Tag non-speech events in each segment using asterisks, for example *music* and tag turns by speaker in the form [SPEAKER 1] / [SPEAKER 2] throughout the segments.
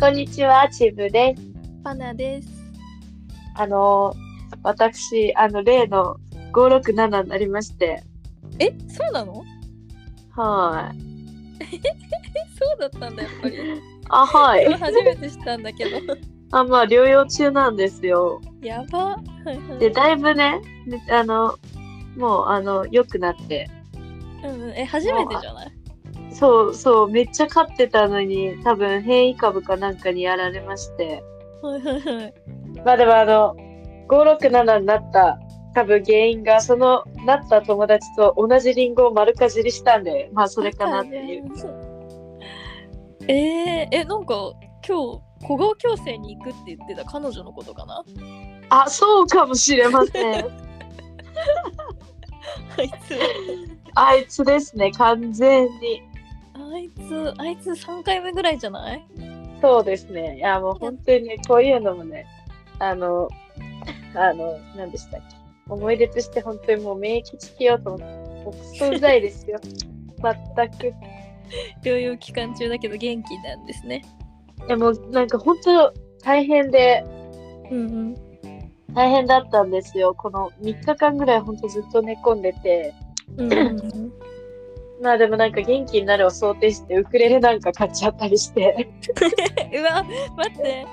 [SPEAKER 1] こんにちは、チブです。
[SPEAKER 2] パナです。
[SPEAKER 1] あの、私、あの、例の567になりまして。
[SPEAKER 2] え、そうなの？
[SPEAKER 1] はーい。
[SPEAKER 2] え、そうだったんだやっぱり。
[SPEAKER 1] あ、はい。
[SPEAKER 2] 初めて知ったんだけど。
[SPEAKER 1] あ、まあ、療養中なんですよ。
[SPEAKER 2] *laughs* やば。はいはい
[SPEAKER 1] で、だいぶね、ねあの、もう、あの、良くなって。
[SPEAKER 2] うんうん。え、初めてじゃない？
[SPEAKER 1] そうそう、めっちゃ飼ってたのに、多分変異株かなんかにやられまして。
[SPEAKER 2] はいはいはい。
[SPEAKER 1] まあでもあの、567になった、多分原因が、その、なった友達と同じリンゴを丸かじりしたんで、まあそれかなっていう。
[SPEAKER 2] う。えー、え、なんか今日小顔矯正に行くって言ってた彼女のことかな？
[SPEAKER 1] あ、そうかもしれませ *laughs* ん。
[SPEAKER 2] あいつ、
[SPEAKER 1] あいつですね、完全に。
[SPEAKER 2] あいつ、あいつ三回目ぐらいじゃない？
[SPEAKER 1] そうですね。いや、もう本当にね、こういうのもね、あの、あの、何でしたっけ。思い出として本当にもう免疫つけようと思って、もうクソうざいです *laughs* よ。全く。い
[SPEAKER 2] 療養期間中だけど元気なんですね。
[SPEAKER 1] や、もうなんか本当大変で、
[SPEAKER 2] うん
[SPEAKER 1] 大変だったんですよ。この3日間ぐらい本当ずっと寝込んでて。
[SPEAKER 2] うん。うんうん、
[SPEAKER 1] まあでもなんか元気になるを想定してウクレレなんか買っちゃったり *laughs* して。
[SPEAKER 2] *laughs* うわ待って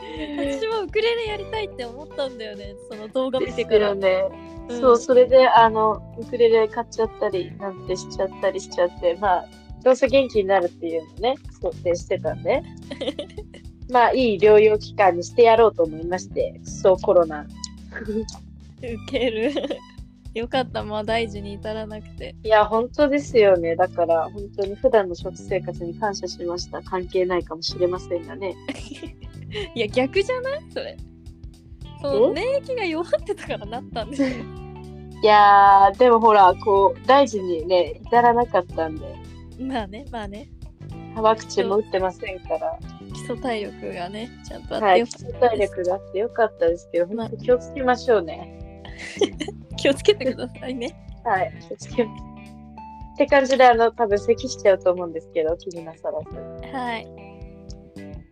[SPEAKER 2] 私もウクレレやりたいって思ったんだよねその動画見てから、
[SPEAKER 1] ですよね。
[SPEAKER 2] うん
[SPEAKER 1] そう、それで、あの、ウクレレ買っちゃったり、なんてしちゃったりしちゃって、まあ、どうせ元気になるっていうのね、想定してたん
[SPEAKER 2] *laughs*
[SPEAKER 1] で。まあ、いい療養期間にしてやろうと思いまして、そう、コロ
[SPEAKER 2] *laughs*
[SPEAKER 1] ナ。
[SPEAKER 2] ウケる *laughs* よかったまあ大事に至らなくて
[SPEAKER 1] いや、本当ですよね。だから、本当に普段の食生活に感謝しました。関係ないかもしれませんがね。
[SPEAKER 2] いや逆じゃないそれそ
[SPEAKER 1] え
[SPEAKER 2] う免疫が弱ってたからなったんですよ *laughs*
[SPEAKER 1] いやー、でもほら、こう、大事にね、至らなかったんで、
[SPEAKER 2] まあねまあね
[SPEAKER 1] ワクチンも打ってませんから。
[SPEAKER 2] 基礎体力がねちゃんとあっ
[SPEAKER 1] は
[SPEAKER 2] て
[SPEAKER 1] い、
[SPEAKER 2] よ
[SPEAKER 1] 基礎体力があってよかったですけど、
[SPEAKER 2] まあ
[SPEAKER 1] 本当気をつけましょうね。
[SPEAKER 2] 気をつけてくださいね
[SPEAKER 1] はい、気をつけます。って感じで、あの、多分咳しちゃうと思うんですけど、気になさらず。
[SPEAKER 2] はい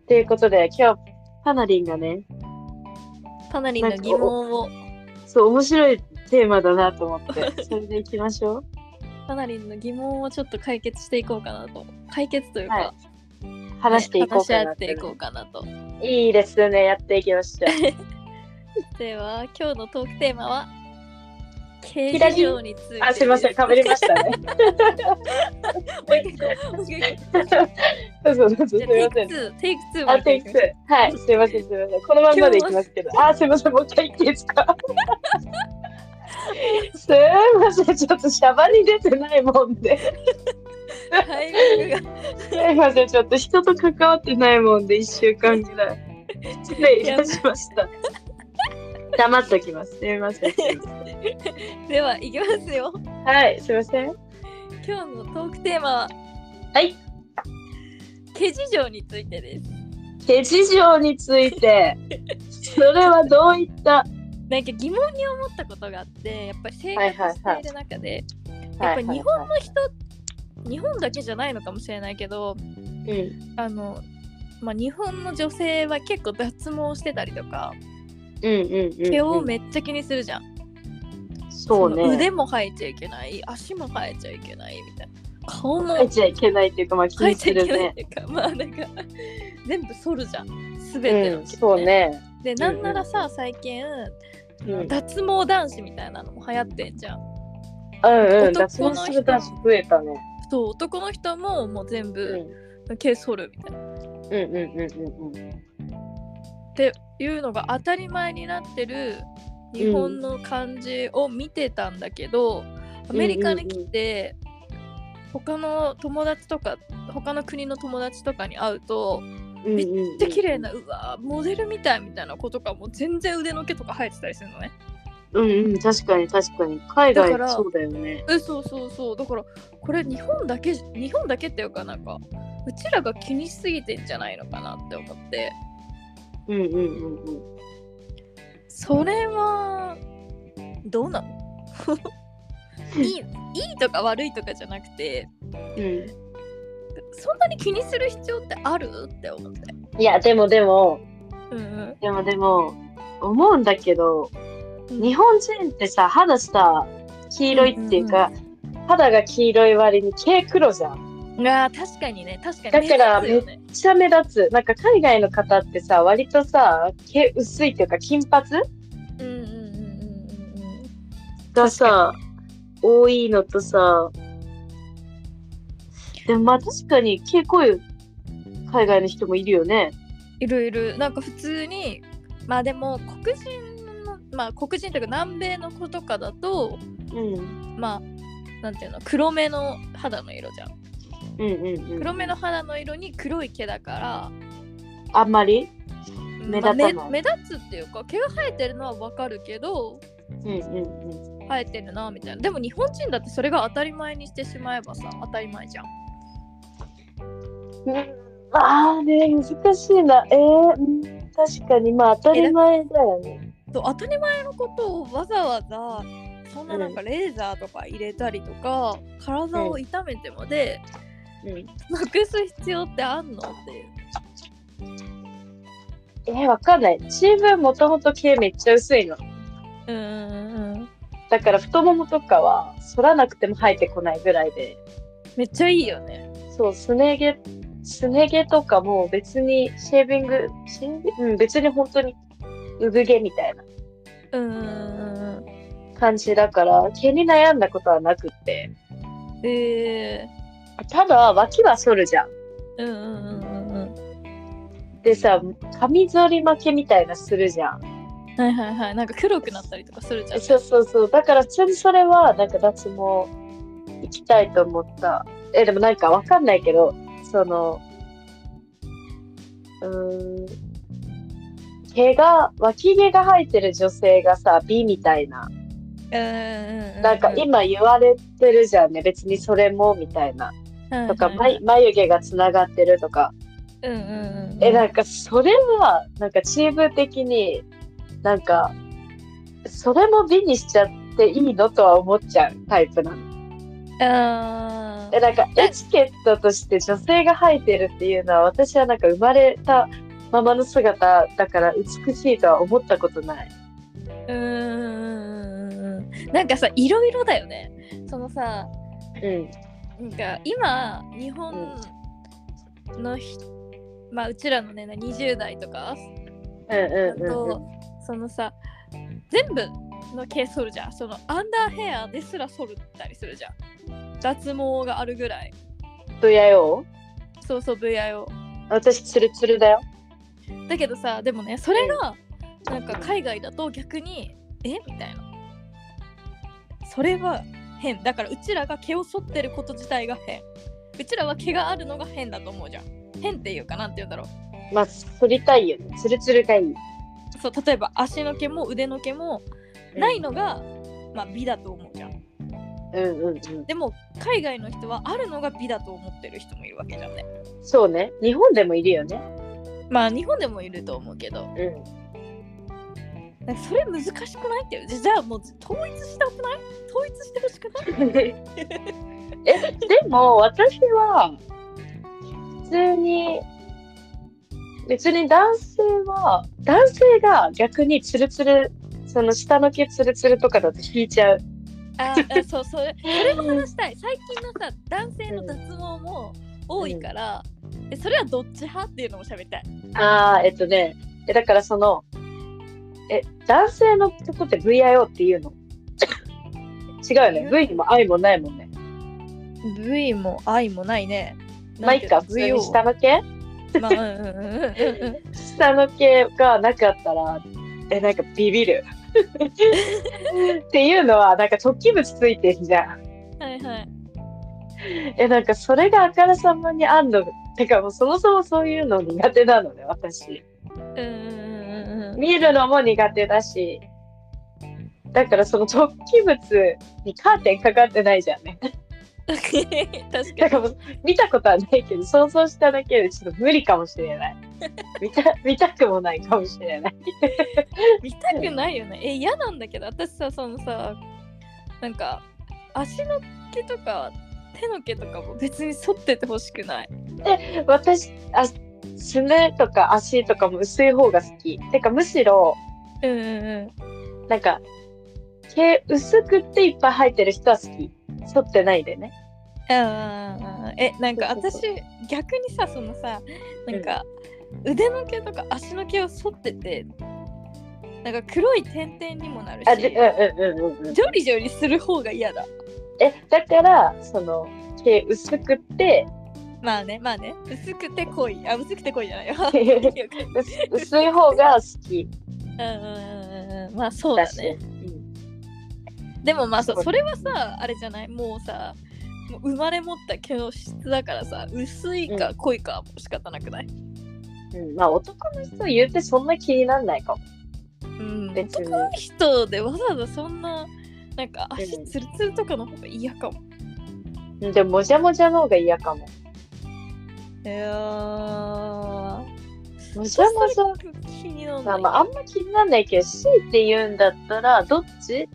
[SPEAKER 1] ということで、今日、パナリンがね、
[SPEAKER 2] パナリンの疑問を
[SPEAKER 1] そう、面白いテーマだなと思
[SPEAKER 2] *laughs*
[SPEAKER 1] って、それでいきましょう。
[SPEAKER 2] パナリンの疑問をちょっと解決していこうかなと解決というか、
[SPEAKER 1] はい話していこうか
[SPEAKER 2] ね話し合
[SPEAKER 1] な
[SPEAKER 2] っていこうかなと
[SPEAKER 1] いいですね、やっていきましょう。
[SPEAKER 2] では今日のトークテーマは刑
[SPEAKER 1] 左
[SPEAKER 2] 事上について
[SPEAKER 1] あ、すいません、か
[SPEAKER 2] *laughs*
[SPEAKER 1] ぶりましたね。
[SPEAKER 2] もう一回行こうもう一回行こ
[SPEAKER 1] そうそうそう、す
[SPEAKER 2] う
[SPEAKER 1] い
[SPEAKER 2] じ
[SPEAKER 1] ま
[SPEAKER 2] ゃあテイ
[SPEAKER 1] せん。あ、テイク2。
[SPEAKER 2] ク2テイク2
[SPEAKER 1] はい、すいません、すいません。このまんまでいきますけど。あ、すいません、もう一回言っていいですか *laughs* すいません、ちょっとシャバに出てないもんで。
[SPEAKER 2] タイミングが
[SPEAKER 1] すいません、ちょっと人と関わってないもんで、1週間ぐらい。失礼いたしました。黙っときます。すみません。すいま
[SPEAKER 2] では行きますよ
[SPEAKER 1] せんはい、すいません。
[SPEAKER 2] 今日のトークテーマは
[SPEAKER 1] はい、
[SPEAKER 2] 刑事上についてです
[SPEAKER 1] 手事情について、それはどういった、
[SPEAKER 2] なんか疑問に思ったことがあってやっぱり生活している中で、やっぱり日本の人日本だけじゃないのかもしれないけど
[SPEAKER 1] うん、
[SPEAKER 2] あの、まあ、日本の女性は結構脱毛してたりとか
[SPEAKER 1] うん、うん、うん。
[SPEAKER 2] 毛をめっちゃ気にするじゃん
[SPEAKER 1] そう
[SPEAKER 2] その
[SPEAKER 1] ね。
[SPEAKER 2] 腕も生えちゃいけない足も生えちゃいけないみたいな顔も
[SPEAKER 1] 書いちゃいけないっていうか、まあ、気
[SPEAKER 2] 生え
[SPEAKER 1] に
[SPEAKER 2] ちゃ
[SPEAKER 1] す
[SPEAKER 2] いけ
[SPEAKER 1] る
[SPEAKER 2] ない
[SPEAKER 1] ね。
[SPEAKER 2] っていうか、まあなんか全部剃るじゃん全ての、
[SPEAKER 1] うん、そう。ね。
[SPEAKER 2] でなんならさ最近、
[SPEAKER 1] うん、
[SPEAKER 2] 脱毛男子みたいなのも流行ってんじゃん
[SPEAKER 1] うん、うん、
[SPEAKER 2] 男の人
[SPEAKER 1] 脱毛する男子増えたね。
[SPEAKER 2] そう男の人ももう全
[SPEAKER 1] うん、
[SPEAKER 2] 部毛剃るみたいな、
[SPEAKER 1] うん、うん、うん、うん、
[SPEAKER 2] っていうのが当たり前になってる日本の感じを見てたんだけど、アメリカに来て、他の友達とか他の国の友達とかに会うと、
[SPEAKER 1] うん。
[SPEAKER 2] め
[SPEAKER 1] っ
[SPEAKER 2] めっちゃ綺麗。なうわーモデルみたいみたいな子とかも全然腕の毛とか生えてたりするのね
[SPEAKER 1] うん、うん、確かに、確かに。海外
[SPEAKER 2] だから
[SPEAKER 1] そうだよね。
[SPEAKER 2] えそうそうそうだからこれ日本だけじ日本だけっていうかなんかうちらが気にしすぎてんじゃないのかなって思って
[SPEAKER 1] うん、うん、うん、うん。
[SPEAKER 2] それはどうなの *laughs* いいいいとか悪いとかじゃなくて
[SPEAKER 1] うん、
[SPEAKER 2] そんなに気にする必要ってあるって思って
[SPEAKER 1] いや、でもでも、
[SPEAKER 2] うんうん
[SPEAKER 1] でもでも、思うんだけど、
[SPEAKER 2] うん
[SPEAKER 1] 日本人ってさ、肌さ、黄色いっていうか、肌が黄色い割に毛黒じゃん。
[SPEAKER 2] あー確かにね確かに
[SPEAKER 1] だから
[SPEAKER 2] 目立つよね
[SPEAKER 1] めっちゃ目立つ。なんか海外の方ってさ、割とさ、毛薄いっていうか金髪
[SPEAKER 2] うんうんうんうんうんうん
[SPEAKER 1] がさ、多いのとさ、でもまあ確かに毛濃い海外の人もいるよね。
[SPEAKER 2] いるいるなんか普通にまあでも黒人のまあ黒人というか南米の子とかだと
[SPEAKER 1] うん。
[SPEAKER 2] まあなんていうの黒目の肌の色じゃん
[SPEAKER 1] うんうんうん。
[SPEAKER 2] 黒目の肌の色に黒い毛だから、
[SPEAKER 1] あんまり
[SPEAKER 2] ま
[SPEAKER 1] 目立たない
[SPEAKER 2] 目目立つっていうか毛が生えてるのはわかるけど
[SPEAKER 1] うんうんうん。
[SPEAKER 2] 生えてるなみたいなでも日本人だってそれが当たり前にしてしまえばさ当たり前じゃん
[SPEAKER 1] ああね、難しいな。えー、うん確かに、まあ当たり前だよね。
[SPEAKER 2] と当たり前のことをわざわざそんななんかレーザーとか入れたりとか、体を痛めてまで
[SPEAKER 1] うん、
[SPEAKER 2] なくす必要ってあんのっていう
[SPEAKER 1] えー、わかんない。チームもともと毛めっちゃ薄いの。
[SPEAKER 2] うーん
[SPEAKER 1] だから太ももとかは反らなくても生えてこないぐらいで。
[SPEAKER 2] めっちゃいいよね
[SPEAKER 1] そう、すね毛、すね毛とかも別にシェービング、シェービング、うん、別に本当に産毛みたいな
[SPEAKER 2] うーん
[SPEAKER 1] 感じだから、毛に悩んだことはなくって。
[SPEAKER 2] えー、
[SPEAKER 1] ただ、脇は反るじゃん。
[SPEAKER 2] うんうんうんうんうん
[SPEAKER 1] でさ、カミソリ負けみたいなするじゃん。
[SPEAKER 2] はいはいはいなんか黒くなったりとかするじゃん
[SPEAKER 1] そうそうそう。だから普通にそれは、なんか脱毛行きたいと思った。え、でもなんかわかんないけど、その、うーん、毛が、脇毛が生えてる女性がさ、美みたいな。
[SPEAKER 2] うーん
[SPEAKER 1] なんか今言われてるじゃんね。別にそれも、みたいな。とか、眉眉毛がつながってるとか。
[SPEAKER 2] うんうんうん
[SPEAKER 1] え、
[SPEAKER 2] え
[SPEAKER 1] なんかそれは、なんかチーム的に、なんか、それも美にしちゃっていいのとは思っちゃうタイプなの。
[SPEAKER 2] あ
[SPEAKER 1] え、なんかエチケットとして女性が生えてるっていうのは、私はなんか生まれたままの姿だから美しいとは思ったことない。
[SPEAKER 2] うーんなんかさいろいろだよねそのさ
[SPEAKER 1] うん。
[SPEAKER 2] なんか今日本のひ、まあうちらのね20代とか
[SPEAKER 1] うん
[SPEAKER 2] あ
[SPEAKER 1] うんうんうん
[SPEAKER 2] と。そのさ全部の毛剃るじゃんそのアンダーヘアですら剃ったりするじゃん脱毛があるぐらい
[SPEAKER 1] どやよ
[SPEAKER 2] そうそう VI を
[SPEAKER 1] 私ツルツルだよ。
[SPEAKER 2] だけどさでもねそれがなんか海外だと逆にえみたいなそれは変だからうちらが毛を剃ってること自体が変うちらは毛があるのが変だと思うじゃん変っていうかなんて言うんだろう
[SPEAKER 1] まあ、剃りたいよね。ツルツルがいい。
[SPEAKER 2] そう例えば足の毛も腕の毛もないのが、まあ、美だと思うじゃん
[SPEAKER 1] うんうんうん。
[SPEAKER 2] でも海外の人はあるのが美だと思ってる人もいるわけじゃんね
[SPEAKER 1] そうね。日本でもいるよね。
[SPEAKER 2] まあ日本でもいると思うけ
[SPEAKER 1] う
[SPEAKER 2] ど
[SPEAKER 1] ん。
[SPEAKER 2] なんかそれ難しくないっていうじじゃあもう統一したくない統一してほしくない
[SPEAKER 1] *laughs* えでも私は普通に別に男性は男性が逆にツルツルその下の毛ツルツルとかだと引いちゃう
[SPEAKER 2] ああそうそれそれも話したい最近のさ男性の脱毛も多いから、えそれはどっち派っていうのも喋りたい
[SPEAKER 1] あーえっとねえだからそのえ男性のとこって VIO っていうの *laughs* 違うよね V にも I もないもんね
[SPEAKER 2] V も I もないね
[SPEAKER 1] まあいいか普通に下の毛
[SPEAKER 2] まあうんうんうんうんうん
[SPEAKER 1] 下の毛がなかったらえなんかビビるっていうのはなんか突起物ついてるじゃん
[SPEAKER 2] うん *laughs* はいはい
[SPEAKER 1] えなんかそれがあからさまにあんのてかもうそもそもそういうの苦手なのね私
[SPEAKER 2] うんうんうん *laughs* うん
[SPEAKER 1] 見るのも苦手だしだからその突起物にカーテンかかってないじゃんね
[SPEAKER 2] 確か
[SPEAKER 1] だ
[SPEAKER 2] に
[SPEAKER 1] からもう見たことはないけど想像しただけでちょっと無理かもしれない見た見たくもないかもしれない
[SPEAKER 2] 見たくないよねえ嫌なんだけど私さそのさなんか足の毛とか手の毛とかも別に剃っててほしくない
[SPEAKER 1] 私あすねとか足とかも薄い方が好き。てかむしろ、
[SPEAKER 2] うんうん
[SPEAKER 1] なんか、毛薄くっていっぱい生えてる人は好き。剃ってないでね。
[SPEAKER 2] うんあーえなんか
[SPEAKER 1] そうそう
[SPEAKER 2] 私逆にさそのさなんか、腕の毛とか足の毛を剃っててなんか黒い点々にもなるし
[SPEAKER 1] あ、で、うんうんうんうんうん。
[SPEAKER 2] ジョリジョリする方が嫌だ
[SPEAKER 1] え、だから、その、毛薄くって、
[SPEAKER 2] まあねまあね薄くて濃いあ薄くて濃いじゃ
[SPEAKER 1] *laughs*
[SPEAKER 2] ないよ *laughs*
[SPEAKER 1] 薄薄い方が好き
[SPEAKER 2] うんうんうんうんまあそう
[SPEAKER 1] だ
[SPEAKER 2] だ
[SPEAKER 1] し。
[SPEAKER 2] ねでもまあそ
[SPEAKER 1] そう
[SPEAKER 2] それはさあれじゃないもうさもう生まれ持った毛の質だからさ薄いか濃いかはもう仕方なくない、
[SPEAKER 1] うん、うんまあ男の人言うてそんな気になんないかも。
[SPEAKER 2] うん、
[SPEAKER 1] 別に
[SPEAKER 2] 男の人でわざわざそんななんか
[SPEAKER 1] で
[SPEAKER 2] 足
[SPEAKER 1] も
[SPEAKER 2] ツルツルとかの方が嫌かも
[SPEAKER 1] うんでも、もじゃもじゃの方が嫌かも。
[SPEAKER 2] いやー
[SPEAKER 1] もじゃもじゃ。
[SPEAKER 2] 気にな
[SPEAKER 1] まあ
[SPEAKER 2] る
[SPEAKER 1] まあ、あんま気にならないけど、強いて言うんだったら、どっち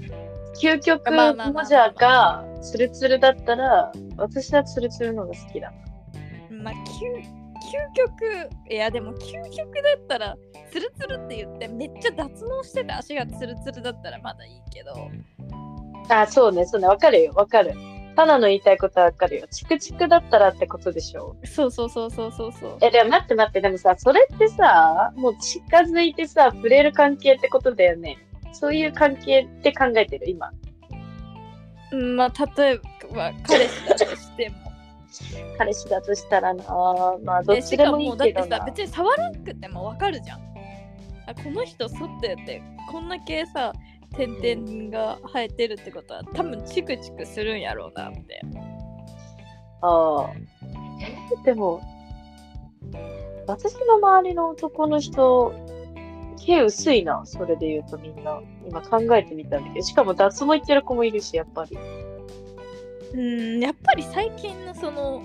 [SPEAKER 1] 究極、
[SPEAKER 2] まあまあまあま
[SPEAKER 1] も
[SPEAKER 2] あ
[SPEAKER 1] じゃがツルツルだったら、私はツルツルのが好きだ。
[SPEAKER 2] まあ究究極いやでも究極だったらツルツルって言ってめっちゃ脱毛してて足がツルツルだったらまだいいけど
[SPEAKER 1] あ、そうね、そうね、わかるよ、わかる。タナの言いたいことはわかるよ。チクチクだったらってことでしょ。
[SPEAKER 2] そうそうそうそうそうそう
[SPEAKER 1] え、でも待って待って、でもさ、それってさ、もう近づいてさ、触れる関係ってことだよね。そういう関係って考えてる、今。
[SPEAKER 2] うんまあ例えば彼氏だとしても
[SPEAKER 1] 彼氏だとしたらな、まあ、どっ
[SPEAKER 2] で
[SPEAKER 1] ち
[SPEAKER 2] し
[SPEAKER 1] で
[SPEAKER 2] か
[SPEAKER 1] もい
[SPEAKER 2] も
[SPEAKER 1] い
[SPEAKER 2] だっ
[SPEAKER 1] け
[SPEAKER 2] て
[SPEAKER 1] ど
[SPEAKER 2] さ
[SPEAKER 1] な。
[SPEAKER 2] 別に触らなくてもわかるじゃんあこの人剃っててこんだけさ点々が生えてるってことは多分チクチクするんやろうなって
[SPEAKER 1] ああ。えーでも、私の周りの男の人、毛薄いな、それで言うとみんな。今考えてみたんだけど、しかも脱毛行ってる子もいるし、やっぱり。
[SPEAKER 2] うんやっぱり最近のその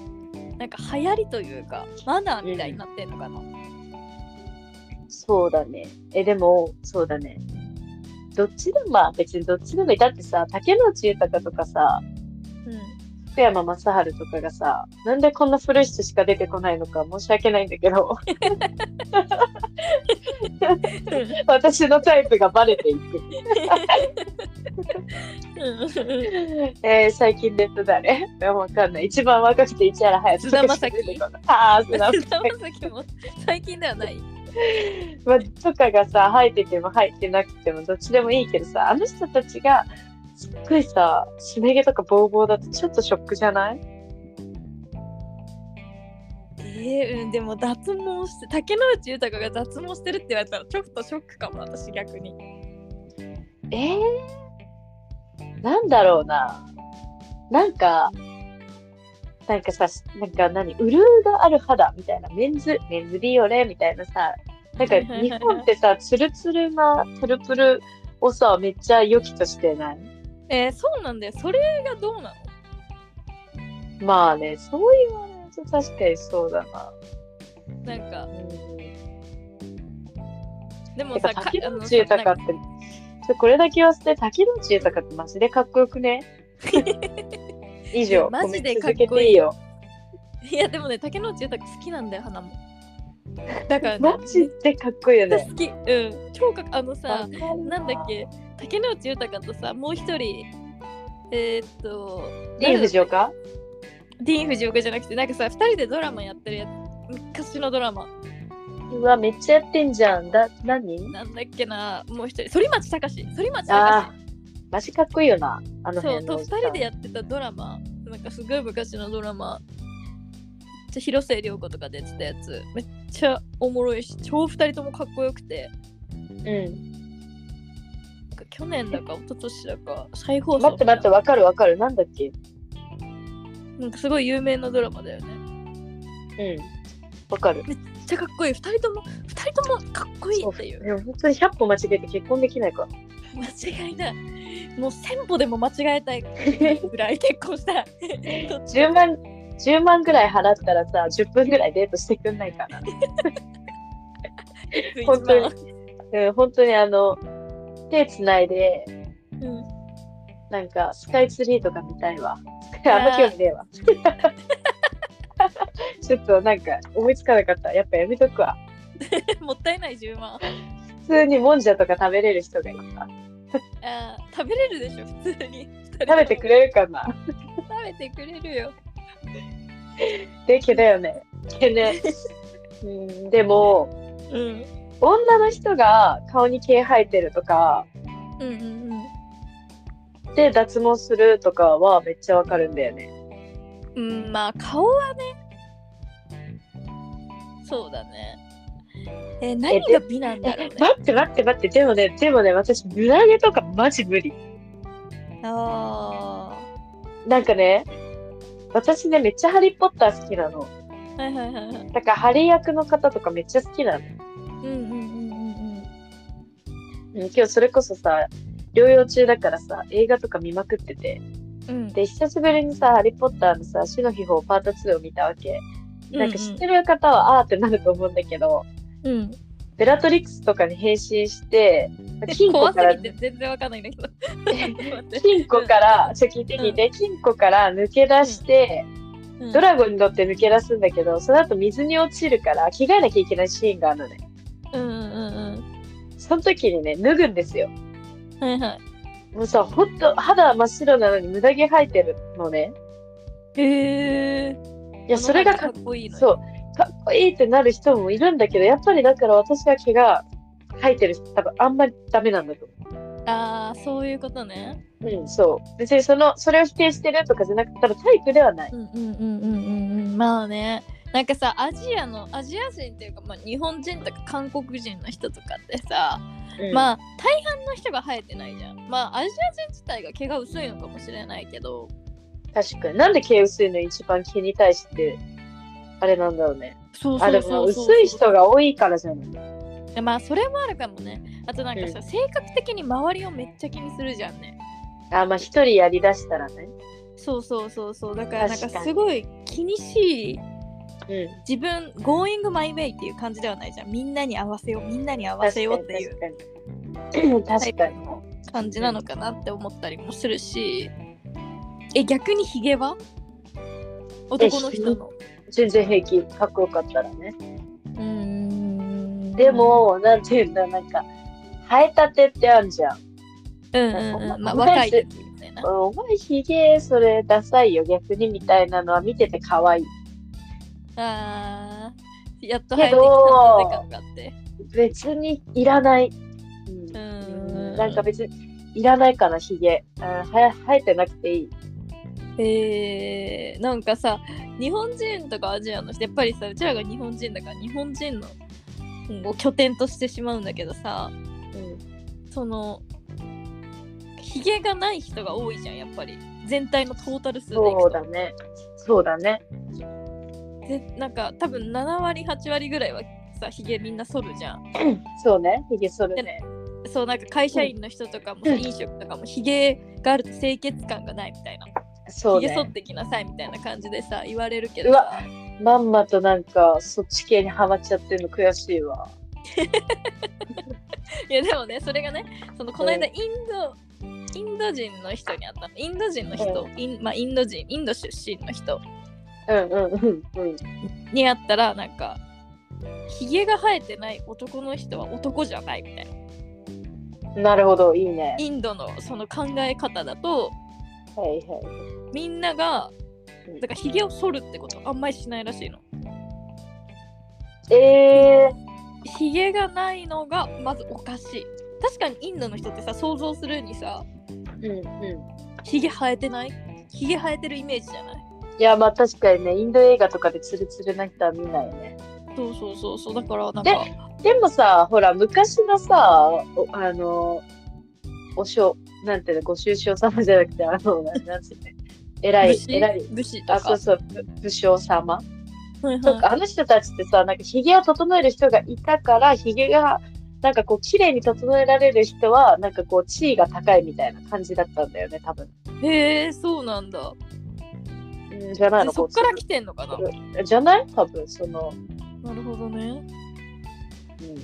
[SPEAKER 2] なんか流行りというかマナーみたいになってんのかな、
[SPEAKER 1] そうだね。え、でも、そうだね。どっちでも、まあ別にどっちでもいい。だってさ、竹野内豊とかさ、
[SPEAKER 2] うん、
[SPEAKER 1] 福山雅治とかがさ、なんでこんな古い人しか出てこないのか申し訳ないんだけ *laughs* ど、私のタイプがバレていく。 *laughs* えー、最近で言うと誰わかんない。一番若くて市原隼人とかしか出てこない。ああ、菅田将暉
[SPEAKER 2] 菅田将暉も最近ではない
[SPEAKER 1] まあとかがさ、生えてても生えてなくてもどっちでもいいけどさ、あの人たちがすっごいさ、すね毛とかボーボーだとちょっとショックじゃない
[SPEAKER 2] えーうん、でも脱毛して竹野内豊が脱毛してるって言われたらちょっとショックかも私逆に
[SPEAKER 1] えー、なんだろうな。なんか、なんかさ、なんか何、潤いがある肌みたいな、メンズ、メンズビオレみたいなさ、なんか日本って
[SPEAKER 2] *laughs*
[SPEAKER 1] さ、ツルツルな、プルプルをさ、めっちゃ良きとしてない
[SPEAKER 2] えーそうなんだよそれがどうなの
[SPEAKER 1] まあね、そう言われると確かにそうだな。
[SPEAKER 2] なんか
[SPEAKER 1] うん。
[SPEAKER 2] でも
[SPEAKER 1] て
[SPEAKER 2] さ
[SPEAKER 1] か、
[SPEAKER 2] か
[SPEAKER 1] 竹
[SPEAKER 2] あ
[SPEAKER 1] 野
[SPEAKER 2] の
[SPEAKER 1] 内豊って、ちょこれだけ言わせて、竹野内豊ってマジでかっこよく
[SPEAKER 2] *laughs*
[SPEAKER 1] ね以上、
[SPEAKER 2] マジでかっこいい
[SPEAKER 1] コメント続けていいよ。
[SPEAKER 2] いやでもね竹野内豊好きなんだよ花もだからね
[SPEAKER 1] マジでかっこいいよ
[SPEAKER 2] めっち
[SPEAKER 1] ね。
[SPEAKER 2] ゃ好きうん超かあの
[SPEAKER 1] わか
[SPEAKER 2] さ
[SPEAKER 1] るわ
[SPEAKER 2] なんだっけ竹野内豊とさもう一人えー、っと
[SPEAKER 1] リーフジョカ
[SPEAKER 2] ディーン・フジオカじゃなくてなんかさ2人でドラマやってるやつ昔のドラマ
[SPEAKER 1] うわ、めっちゃやってんじゃん。だ、何
[SPEAKER 2] なんだっけなもう一人反町隆史反町
[SPEAKER 1] ああ
[SPEAKER 2] 隆史、
[SPEAKER 1] マジかっこいいよな。あの
[SPEAKER 2] そ
[SPEAKER 1] 辺
[SPEAKER 2] うと
[SPEAKER 1] のお
[SPEAKER 2] 2
[SPEAKER 1] じさん。
[SPEAKER 2] 人でやってたドラマなんかすごい昔のドラマめっちゃ広末涼子とか出てたやつめっちゃおもろいし超2人ともかっこよくて
[SPEAKER 1] うん。
[SPEAKER 2] なんか去年だか一昨年だか再放送
[SPEAKER 1] 待って待って、わかるわかる。なんだっけ
[SPEAKER 2] なんかすごい有名なドラマだよね
[SPEAKER 1] うん。わかる。
[SPEAKER 2] めっちゃかっこいい2人とも2人ともかっこいいっていう
[SPEAKER 1] でも本当に100歩間違えて結婚できないから。
[SPEAKER 2] 間違いないもう1000歩でも間違えたい
[SPEAKER 1] *laughs*
[SPEAKER 2] ぐらい結婚したい
[SPEAKER 1] 10万、10万ぐらい払ったらさ、10分ぐらいデートしてくんないか
[SPEAKER 2] *laughs*
[SPEAKER 1] な。本当にうん、本当にあの、手つないで、
[SPEAKER 2] うん *laughs*
[SPEAKER 1] なんか *laughs* スカイツリーとか見たいわ。あんま興味ねえわ。 *laughs* ちょっとなんか思いつかなかった。やっぱやめとくわ。
[SPEAKER 2] もったいない10万
[SPEAKER 1] 普通にもんじゃとか食べれる人がいた。
[SPEAKER 2] あー食べれるでしょ普通に
[SPEAKER 1] 食べてくれるかな
[SPEAKER 2] 食べてくれるよ
[SPEAKER 1] で、毛だよね。毛ね。うん、でも、
[SPEAKER 2] うん
[SPEAKER 1] 女の人が顔に毛生えてるとか、
[SPEAKER 2] うんうんうん
[SPEAKER 1] で、脱毛するとかはめっちゃわかるんだよね。
[SPEAKER 2] うん、まあ顔はねそうだねえ何が美なんだろうね
[SPEAKER 1] 待って待って待って、でもね、でもね、私、胸毛とかマジ無理。
[SPEAKER 2] あ
[SPEAKER 1] なんかね、私ね、めっちゃハリー・ポッター好きなの。
[SPEAKER 2] あはいはいはいはい
[SPEAKER 1] だから、ハリー役の方とかめっちゃ好きなの。
[SPEAKER 2] うんうんうんうん
[SPEAKER 1] うん今日それこそさ、療養中だからさ、映画とか見まくってて。
[SPEAKER 2] うん
[SPEAKER 1] で、久しぶりにさ、ハリー・ポッターのさ、死の秘宝パート2を見たわけ。
[SPEAKER 2] うん
[SPEAKER 1] なんか知ってる方は、あーってなると思うんだけど、
[SPEAKER 2] うん
[SPEAKER 1] ベラトリックスとかに変身して、金庫
[SPEAKER 2] 怖
[SPEAKER 1] から
[SPEAKER 2] すぎて全然わかんないんだけ *laughs* ど
[SPEAKER 1] 金庫から、ちょ、聞いて聞いて、金庫から抜け出して、ドラゴンに乗って抜け出すんだけど、その後水に落ちるから、着替えなきゃいけないシーンがあるのね。
[SPEAKER 2] うんうんうん
[SPEAKER 1] その時にね、脱ぐんですよ。
[SPEAKER 2] うんはいはい
[SPEAKER 1] もうさ、ほんと、肌は真っ白なのに無駄毛生えてるのね。
[SPEAKER 2] へえ
[SPEAKER 1] いや、それが
[SPEAKER 2] か
[SPEAKER 1] か
[SPEAKER 2] っこいいのよ
[SPEAKER 1] そう、かっこいいってなる人もいるんだけど、やっぱりだから私は毛が生えてる人、多分あんまりダメなんだと思
[SPEAKER 2] ああそういうことね
[SPEAKER 1] う。うん、そう。別にその、それを否定してるとかじゃなくて、多分タイプではない。
[SPEAKER 2] うんうんうんうんうんうんまあねなんかさアジアのアジア人っていうか、まあ、日本人とか韓国人の人とかってさ、
[SPEAKER 1] あ、
[SPEAKER 2] まあ大半の人が生えてないじゃんまあアジア人自体が毛が薄いのかもしれないけど
[SPEAKER 1] 確かに。なんで毛薄いの一番毛に対して、あれなんだろうね。
[SPEAKER 2] そう
[SPEAKER 1] あ、
[SPEAKER 2] そ
[SPEAKER 1] で
[SPEAKER 2] うそ
[SPEAKER 1] も
[SPEAKER 2] う
[SPEAKER 1] 薄い人が多いからじゃない。
[SPEAKER 2] まあそれもあるかもねあとなんかさ、性格的に周りをめっちゃ気にするじゃんね
[SPEAKER 1] あ、まあ一人やりだしたらね。
[SPEAKER 2] そうそうそうそうだからなんか
[SPEAKER 1] 確かに
[SPEAKER 2] すごい気にしい
[SPEAKER 1] うん。
[SPEAKER 2] 自分 Going my way っていう感じではないじゃんみんなに合わせようみんなに合わ
[SPEAKER 1] 確
[SPEAKER 2] せ
[SPEAKER 1] か
[SPEAKER 2] よう
[SPEAKER 1] に
[SPEAKER 2] っていう
[SPEAKER 1] 確かに。確かに。
[SPEAKER 2] 感じなのかなって思ったりもするしえ逆にヒゲは男の人の
[SPEAKER 1] 全然平気。かっこよかったらね。
[SPEAKER 2] うーん
[SPEAKER 1] でも、なんていうんだ、なんか、生えたてってあるじゃん。
[SPEAKER 2] うんうんうんまあ
[SPEAKER 1] 若い
[SPEAKER 2] 若い時みたいな
[SPEAKER 1] お前ひげそれダサいよ逆にみたいなのは見てて可愛い
[SPEAKER 2] あーやっと生えてきたので感があって
[SPEAKER 1] 別にいらない、うん
[SPEAKER 2] うーん
[SPEAKER 1] なんか別にいらないかなひげは生えてなくていい
[SPEAKER 2] えー、なんかさ日本人とかアジアの人やっぱりさうちらが日本人だから日本人のうんを拠点としてしまうんだけどさそのヒゲがない人が多いじゃんやっぱり全体のトータル数でいくと
[SPEAKER 1] そうだねそうだね
[SPEAKER 2] でなんか多分7割8割ぐらいはさひげみんな剃るじゃん
[SPEAKER 1] そうねひげ剃るね
[SPEAKER 2] そうなんか会社員の人とかもさ、
[SPEAKER 1] うん
[SPEAKER 2] 飲食とかもひげがあると清潔感がないみたいな
[SPEAKER 1] そう
[SPEAKER 2] ひげ剃
[SPEAKER 1] ね
[SPEAKER 2] ってきなさいみたいな感じでさ言われるけ
[SPEAKER 1] う
[SPEAKER 2] ど
[SPEAKER 1] わ
[SPEAKER 2] さ
[SPEAKER 1] まんまとなんかそっち系にハマっちゃってるの悔しいわ
[SPEAKER 2] いやでもねそれがねそのこの間インド、インド人の人に会ったのインド人の人、インまあ、インド人インド出身の人
[SPEAKER 1] うんうんうんうん
[SPEAKER 2] に会ったらなんかひげが生えてない男の人は男じゃないみたいな
[SPEAKER 1] なるほどいいね
[SPEAKER 2] インドのその考え方だと
[SPEAKER 1] はいは
[SPEAKER 2] みんなが
[SPEAKER 1] うん
[SPEAKER 2] だからひげを剃るってことあんまりしないらしいの
[SPEAKER 1] いえー、
[SPEAKER 2] ひげがないのがまずおかしい確かにインドの人ってさ想像するにさ
[SPEAKER 1] うんうん
[SPEAKER 2] ひげ生えてないひげ生えてるイメージじゃない
[SPEAKER 1] いやまあ確かにねインド映画とかでツルツルな人は見ないね
[SPEAKER 2] そうそうそうそうだからなん
[SPEAKER 1] で
[SPEAKER 2] か
[SPEAKER 1] でもさほら昔のさおあのおしょなんていうのご愁傷様じゃなくてあのななんつうの偉
[SPEAKER 2] 武
[SPEAKER 1] い
[SPEAKER 2] 士
[SPEAKER 1] 偉い
[SPEAKER 2] 武士と
[SPEAKER 1] あそう
[SPEAKER 2] か
[SPEAKER 1] そうぶ武将様
[SPEAKER 2] はいはい
[SPEAKER 1] とかあの人たちってさなんかひげを整える人がいたからひげがなんかこう綺麗に整えられる人はなんかこう地位が高いみたいな感じだったんだよね多分、
[SPEAKER 2] へえそうなんだ
[SPEAKER 1] うん、じゃない
[SPEAKER 2] で
[SPEAKER 1] の
[SPEAKER 2] そっ
[SPEAKER 1] う
[SPEAKER 2] から来てんのかな
[SPEAKER 1] じゃない多分その、
[SPEAKER 2] なるほどね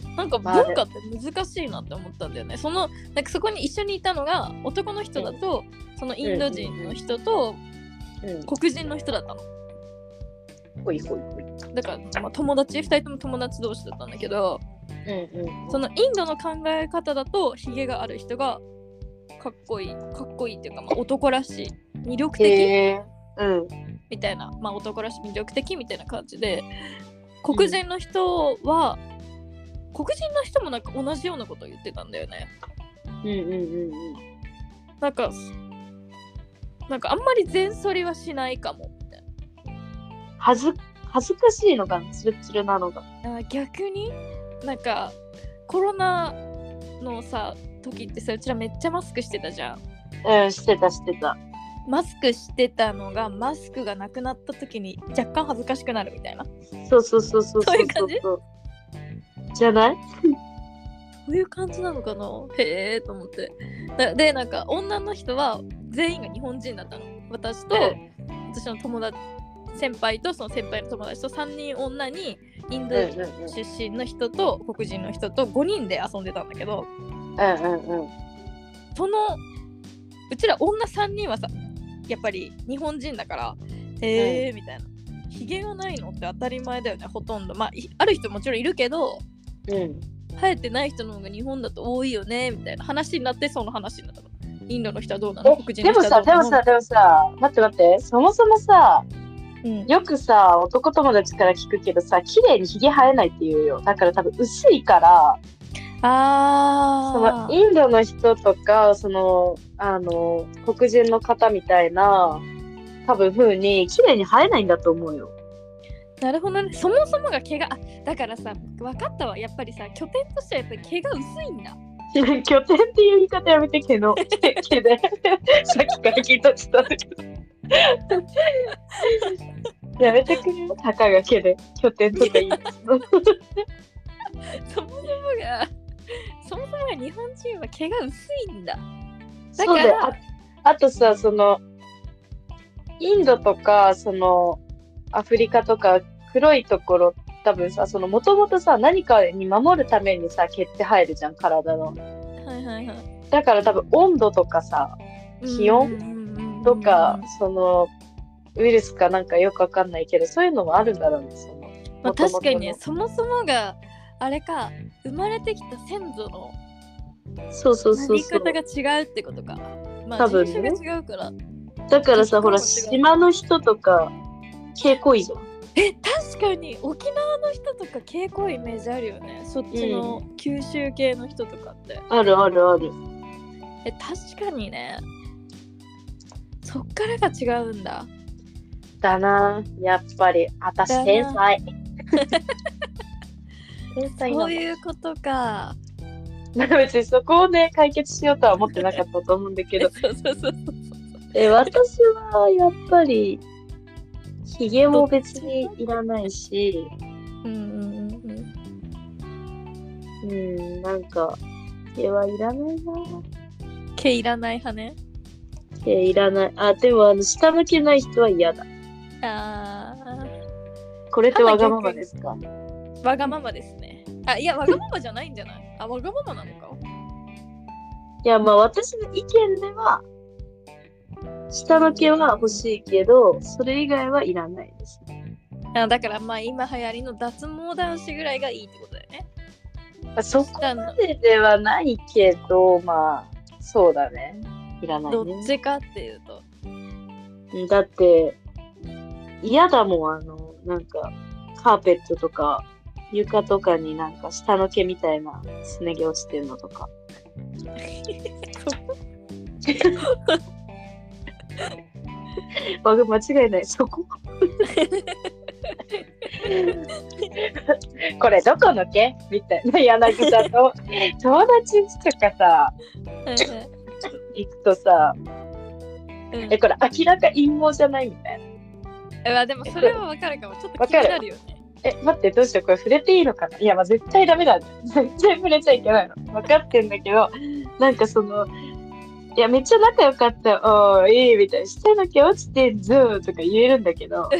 [SPEAKER 1] うん、
[SPEAKER 2] なんか文化って難しいなって思ったんだよねそのなんかそこに一緒にいたのが男の人だとそのインド人の人と
[SPEAKER 1] うん
[SPEAKER 2] 黒人の人だったの
[SPEAKER 1] ほいほいほい。
[SPEAKER 2] だから、まあ、友達2人とも友達同士だったんだけど
[SPEAKER 1] うんうん。
[SPEAKER 2] そのインドの考え方だとヒゲがある人がかっこいいかっこいいっていうか、まあ、男らしい魅力的
[SPEAKER 1] へえ。うん。
[SPEAKER 2] みたいな、まあ、男らしい魅力的みたいな感じで黒人の人は、黒人の人もなんか同じようなことを言ってたんだよね
[SPEAKER 1] うんうんうんうん。
[SPEAKER 2] なんかなんかあんまり全剃りはしないかもみたい
[SPEAKER 1] 恥ず、恥ずかしいのかな、ツルツルなのが。
[SPEAKER 2] なあ逆になんかコロナのさ時ってさうちらめっちゃマスクしてたじゃん
[SPEAKER 1] うん、してたしてた。
[SPEAKER 2] マスクしてたのがマスクがなくなった時に若干恥ずかしくなるみたいな
[SPEAKER 1] そうそうそうそう
[SPEAKER 2] そういう
[SPEAKER 1] そ
[SPEAKER 2] 感
[SPEAKER 1] う
[SPEAKER 2] じ
[SPEAKER 1] そう。じゃない
[SPEAKER 2] そういう感じなのかなへえと思ってだでなんか女の人は全員が日本人だったの私と
[SPEAKER 1] うん
[SPEAKER 2] 私の友達先輩とその先輩の友達と3人女にインド
[SPEAKER 1] うんうんうん
[SPEAKER 2] 出身の人と黒人の人と5人で遊んでたんだけど
[SPEAKER 1] うんうんうん。
[SPEAKER 2] そのうちら女3人はさやっぱり日本人だからへえみたいなひげがないのって当たり前だよねほとんどまあいある人もちろんいるけど
[SPEAKER 1] うん。
[SPEAKER 2] 生えてない人の方が日本だと多いよねみたいな話になってその話になったのインドの人はどうなの黒
[SPEAKER 1] え、
[SPEAKER 2] 人
[SPEAKER 1] で
[SPEAKER 2] の
[SPEAKER 1] も
[SPEAKER 2] 人
[SPEAKER 1] さ、
[SPEAKER 2] はど
[SPEAKER 1] で
[SPEAKER 2] うな
[SPEAKER 1] も
[SPEAKER 2] の
[SPEAKER 1] さ、でもさ、待って待って、そもそもさ、
[SPEAKER 2] うん
[SPEAKER 1] よくさ、男友達から聞くけどさ、綺麗にヒゲ生えないって言うよ。だから多分薄いから、そ
[SPEAKER 2] あ
[SPEAKER 1] のインドの人とか、その、あの、黒人の方みたいな、多分風に、綺麗に生えないんだと思うよ。 *laughs*
[SPEAKER 2] あなるほどねそもそもが毛があだからさ分かったわやっぱりさ拠点としてはやっぱり毛が薄いんだ
[SPEAKER 1] 拠点っていう言い方やめてけど、けで、さっきから聞いたってたんだけど。やめてくれよ、たかがけで、拠点とか言い出すの。
[SPEAKER 2] そもそもが *laughs* そもそもが日本人は毛が薄いんだだ
[SPEAKER 1] そう
[SPEAKER 2] か
[SPEAKER 1] だよあ
[SPEAKER 2] ら
[SPEAKER 1] あとさ、その、インドとか、その、アフリカとか、黒いところ、多分さ、その、もともとさ、何かに守るためにさ、毛って入るじゃん、体の。
[SPEAKER 2] はいはいはい
[SPEAKER 1] だから多分、温度とかさ、気温
[SPEAKER 2] 温
[SPEAKER 1] とか、その、ウイルスかなんかよくわかんないけど、そういうのもあるんだろうね、その。
[SPEAKER 2] まあ、
[SPEAKER 1] 元々
[SPEAKER 2] 確
[SPEAKER 1] の
[SPEAKER 2] かにねそもそもがあれか生まれてきた先祖の
[SPEAKER 1] そうそう
[SPEAKER 2] な
[SPEAKER 1] そう
[SPEAKER 2] り
[SPEAKER 1] そう。
[SPEAKER 2] 方が違うってことかまあ
[SPEAKER 1] 多分
[SPEAKER 2] 人
[SPEAKER 1] ね
[SPEAKER 2] 種が違うから、
[SPEAKER 1] だからさ、ほら、
[SPEAKER 2] ちょっと違う
[SPEAKER 1] 島の人とか、毛濃いじゃん。
[SPEAKER 2] え確かに沖縄の人とか傾向イメージあるよねそっちの九州系の人とかって、
[SPEAKER 1] あるあるある。
[SPEAKER 2] え確かにねそっからが違うんだ
[SPEAKER 1] だなぁやっぱり、あた
[SPEAKER 2] だ
[SPEAKER 1] し
[SPEAKER 2] な
[SPEAKER 1] 天才。天才な
[SPEAKER 2] そ
[SPEAKER 1] の
[SPEAKER 2] ういうことか
[SPEAKER 1] なんか別にそこをね、解決しようとは思ってなかったと思うんだけ
[SPEAKER 2] そ
[SPEAKER 1] ど
[SPEAKER 2] う、そうそうそう
[SPEAKER 1] え私はやっぱり、ひげも別にいらないし、
[SPEAKER 2] うんうんうんうん
[SPEAKER 1] うん、なんか、毛はいらないなぁ
[SPEAKER 2] 毛いらない派ね
[SPEAKER 1] 毛いらない。あ、でも、あの、下向けない人は嫌だ。
[SPEAKER 2] あー
[SPEAKER 1] これってわがままですか
[SPEAKER 2] わがままですね。あ、いや、わがままじゃないんじゃないあ、わがままなのか。
[SPEAKER 1] いや、まあ私の意見では、下の毛は欲しいけど、それ以外はいらないです。
[SPEAKER 2] あだから、まあ、今流行りの脱毛男子ぐらいがいいってことだよね。
[SPEAKER 1] まあそこまでではないけど、まあ、そうだね。いらない
[SPEAKER 2] どっ
[SPEAKER 1] ね。
[SPEAKER 2] ちかっていうと。
[SPEAKER 1] うんだって、嫌だもん、あの、なんか、カーペットとか、床とかになんか下の毛みたいなすね毛落ちてるのとか。わが間違いない、そ
[SPEAKER 2] *laughs*
[SPEAKER 1] こ。これどこの毛みたいな柳田の友達んちとかさ行くとさ
[SPEAKER 2] うん
[SPEAKER 1] えこれ明らか陰謀じゃないみたいな
[SPEAKER 2] え、まあ、でも、それはわかるかも。ちょっと
[SPEAKER 1] わ
[SPEAKER 2] 気
[SPEAKER 1] か
[SPEAKER 2] に
[SPEAKER 1] る
[SPEAKER 2] なるよね。
[SPEAKER 1] え待ってどうしようこれ触れていいのかないやまあ絶対ダメだ絶対触れちゃいけないの分かってんだけどなんかそのいやめっちゃ仲良かったよおーいいみたいな下の毛落ちてんぞとか言えるんだけど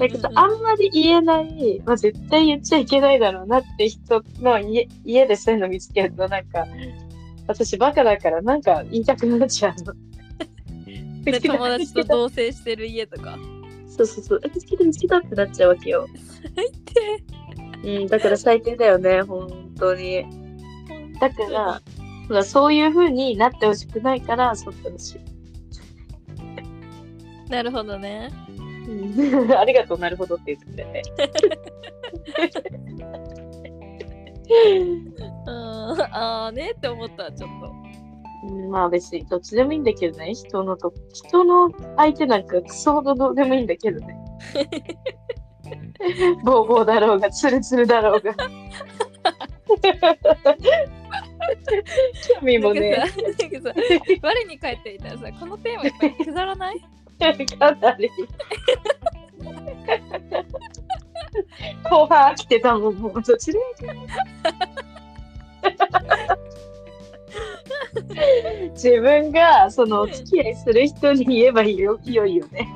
[SPEAKER 1] なんかさあんまり言えない、まあ、絶対言っちゃいけないだろうなって人の家家でそういうの見つけるとなんか私バカだからなんか言いたくなっちゃうの。
[SPEAKER 2] で友達と同棲してる家とか。 *laughs*
[SPEAKER 1] そうそうそう。え好きだ、好きだってなっちゃうわけよ。
[SPEAKER 2] 最低
[SPEAKER 1] うん、だから最低だよね、本当に。だから、ほらそういう風になってほしくないから、そってほしい。
[SPEAKER 2] なるほどね
[SPEAKER 1] うん *laughs* ありがとう、なるほどって言ってくれて。
[SPEAKER 2] うんああねって思ったちょっと
[SPEAKER 1] うんまあ別にどっちでもいいんだけどね、人のと、人の相手なんかクソほどどうでもいいんだけど *laughs* ね。ボーボーだろうが、ツルツルだろう *laughs* が。興味もね
[SPEAKER 2] な、んかさなんかさ我に返っていたらさこのテーマやっぱりくだらない
[SPEAKER 1] *laughs* かなり。後半飽きてたもん、もうどっちでもいい自分がそのお付き合いする人に言えばいいよ良いよね。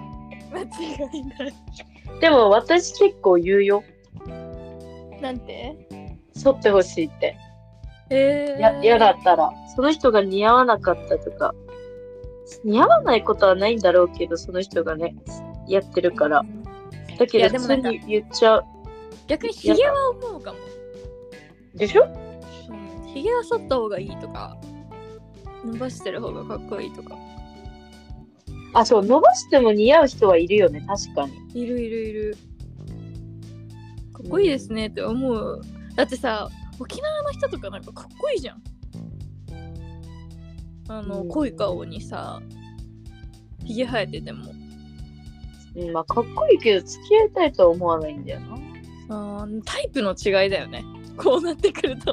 [SPEAKER 2] 間違いない
[SPEAKER 1] でも私結構言うよ。
[SPEAKER 2] なんて
[SPEAKER 1] 剃ってほしいって。
[SPEAKER 2] えー、
[SPEAKER 1] や、嫌だったら。その人が似合わなかったとか。似合わないことはないんだろうけど、その人がね、やってるから。だけ
[SPEAKER 2] い
[SPEAKER 1] ど
[SPEAKER 2] や
[SPEAKER 1] 普
[SPEAKER 2] でも
[SPEAKER 1] 通
[SPEAKER 2] なんか
[SPEAKER 1] に言っちゃう。
[SPEAKER 2] 逆にヒゲは思うかも
[SPEAKER 1] でしょ
[SPEAKER 2] うんヒゲは剃った方がいいとか伸ばしてる方がかっこいいとか
[SPEAKER 1] あ、そう、伸ばしても似合う人はいるよね、確かに。
[SPEAKER 2] いるいるいるかっこいいですねって思うだってさ沖縄の人とかなんかかっこいいじゃんあの
[SPEAKER 1] うん
[SPEAKER 2] 濃い顔にさひげ生えてても
[SPEAKER 1] うん、まあ、かっこいいけど、付き合いたいとは思わないんだよな。 *laughs*
[SPEAKER 2] あータイプの違いだよねこうなってくると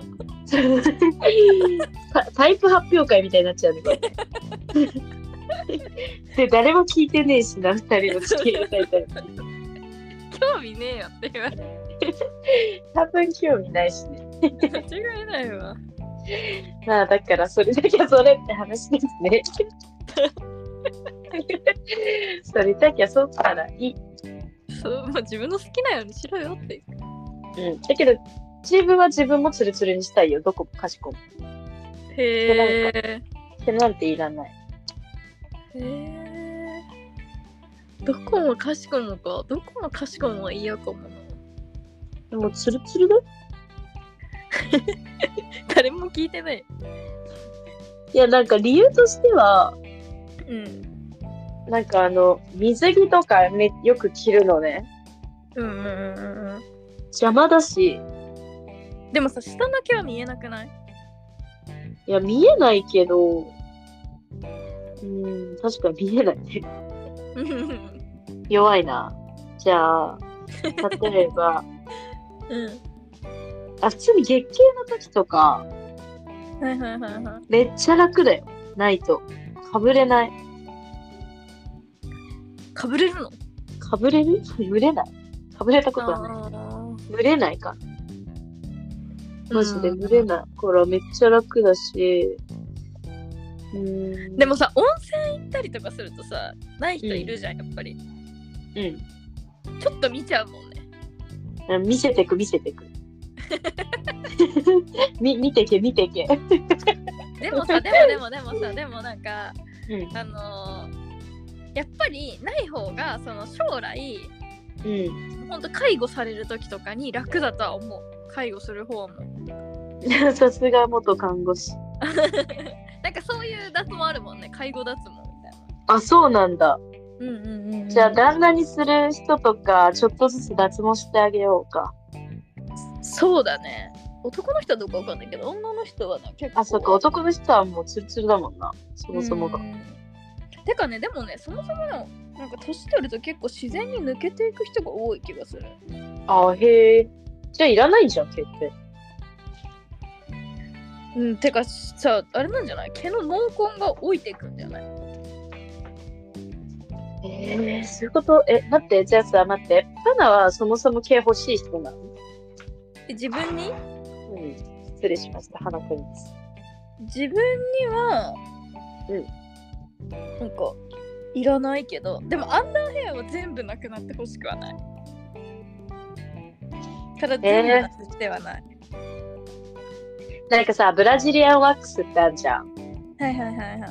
[SPEAKER 1] タタイプ発表会みたいになっちゃうね、これ。 *laughs* で、誰も聞いてねえしな、二人の付き合いたいタイプ。
[SPEAKER 2] 興味ねえよって言われる
[SPEAKER 1] 多分興味ないしね。
[SPEAKER 2] 間違いないわ
[SPEAKER 1] まあだからそれだけはそれって話です *laughs* ね。それだけはそうからいい。
[SPEAKER 2] そう、まあ、自分の好きなようにしろよって
[SPEAKER 1] うん、だけど自分は自分もツルツルにしたいよ。どこもかしこも。
[SPEAKER 2] へえ
[SPEAKER 1] 手なんていらない。
[SPEAKER 2] へえどこもかしこもかどこもかしこもは嫌かもな
[SPEAKER 1] でもツルツルだよ
[SPEAKER 2] 誰も聞いてない
[SPEAKER 1] いやなんか理由としては、
[SPEAKER 2] うん
[SPEAKER 1] なんかあの、水着とかめよく着るのね。
[SPEAKER 2] うんうんうんうん
[SPEAKER 1] 邪魔だし、
[SPEAKER 2] でもさ下だけは見えなくない
[SPEAKER 1] いや見えないけど、うん、確かに見えないね。 *laughs*
[SPEAKER 2] うんうん
[SPEAKER 1] 弱いな。じゃあ、例えば、 *laughs*
[SPEAKER 2] う
[SPEAKER 1] あ普通に月経の時とか
[SPEAKER 2] んはいはいはいはい
[SPEAKER 1] めっちゃ楽だよないとかぶれない
[SPEAKER 2] かぶれるの
[SPEAKER 1] かぶれる *laughs* ぶれないかぶれたことはないぶれないかマジでぶれ
[SPEAKER 2] い、
[SPEAKER 1] ないからめっちゃ楽だしうーん
[SPEAKER 2] でもさ温泉行ったりとかするとさない人いるじゃんやっぱり
[SPEAKER 1] う
[SPEAKER 2] ちょっと見ちゃうもん *laughs* ね
[SPEAKER 1] ん見せてく見せて
[SPEAKER 2] *laughs*
[SPEAKER 1] くみ見てけ見て
[SPEAKER 2] *laughs*
[SPEAKER 1] け、
[SPEAKER 2] でもさでもでもでもさでもなんか
[SPEAKER 1] うん
[SPEAKER 2] あのーやっぱりない方がその将来
[SPEAKER 1] うん、
[SPEAKER 2] ほんと介護される時とかに楽だとは思う介護する方も
[SPEAKER 1] *laughs* さすが元看護師
[SPEAKER 2] なんかそういう脱毛あるもんね介護脱毛みたいな
[SPEAKER 1] あそうなんだ
[SPEAKER 2] うんうんうんうん
[SPEAKER 1] じゃあ旦那にする人とかちょっとずつ脱毛してあげようか
[SPEAKER 2] そうだね男の人はどうかわかんないけど女の人はね結構
[SPEAKER 1] あ、そっか、男の人はもうツルツルだもんな、そもそもが
[SPEAKER 2] う。んてかねでもねそもそものなんか年取ると結構自然に抜けていく人が多い気がする
[SPEAKER 1] あ、へえ。じゃあいらないじゃん、毛って。
[SPEAKER 2] うんてかさあれなんじゃない毛の濃紺が老いていくんじゃない
[SPEAKER 1] えー、そういうことえ、待って、じゃあさ、待って。パナはそもそも毛欲しい人なの
[SPEAKER 2] で自分に
[SPEAKER 1] うん。失礼しました、花くんです。
[SPEAKER 2] 自分にはなんかいらないけどでもアンダーヘアは全部なくなってほしくはないから全部なくしてはない、
[SPEAKER 1] なんかさ、ブラジリアンワックスってあるじゃん。
[SPEAKER 2] はいはいはいはい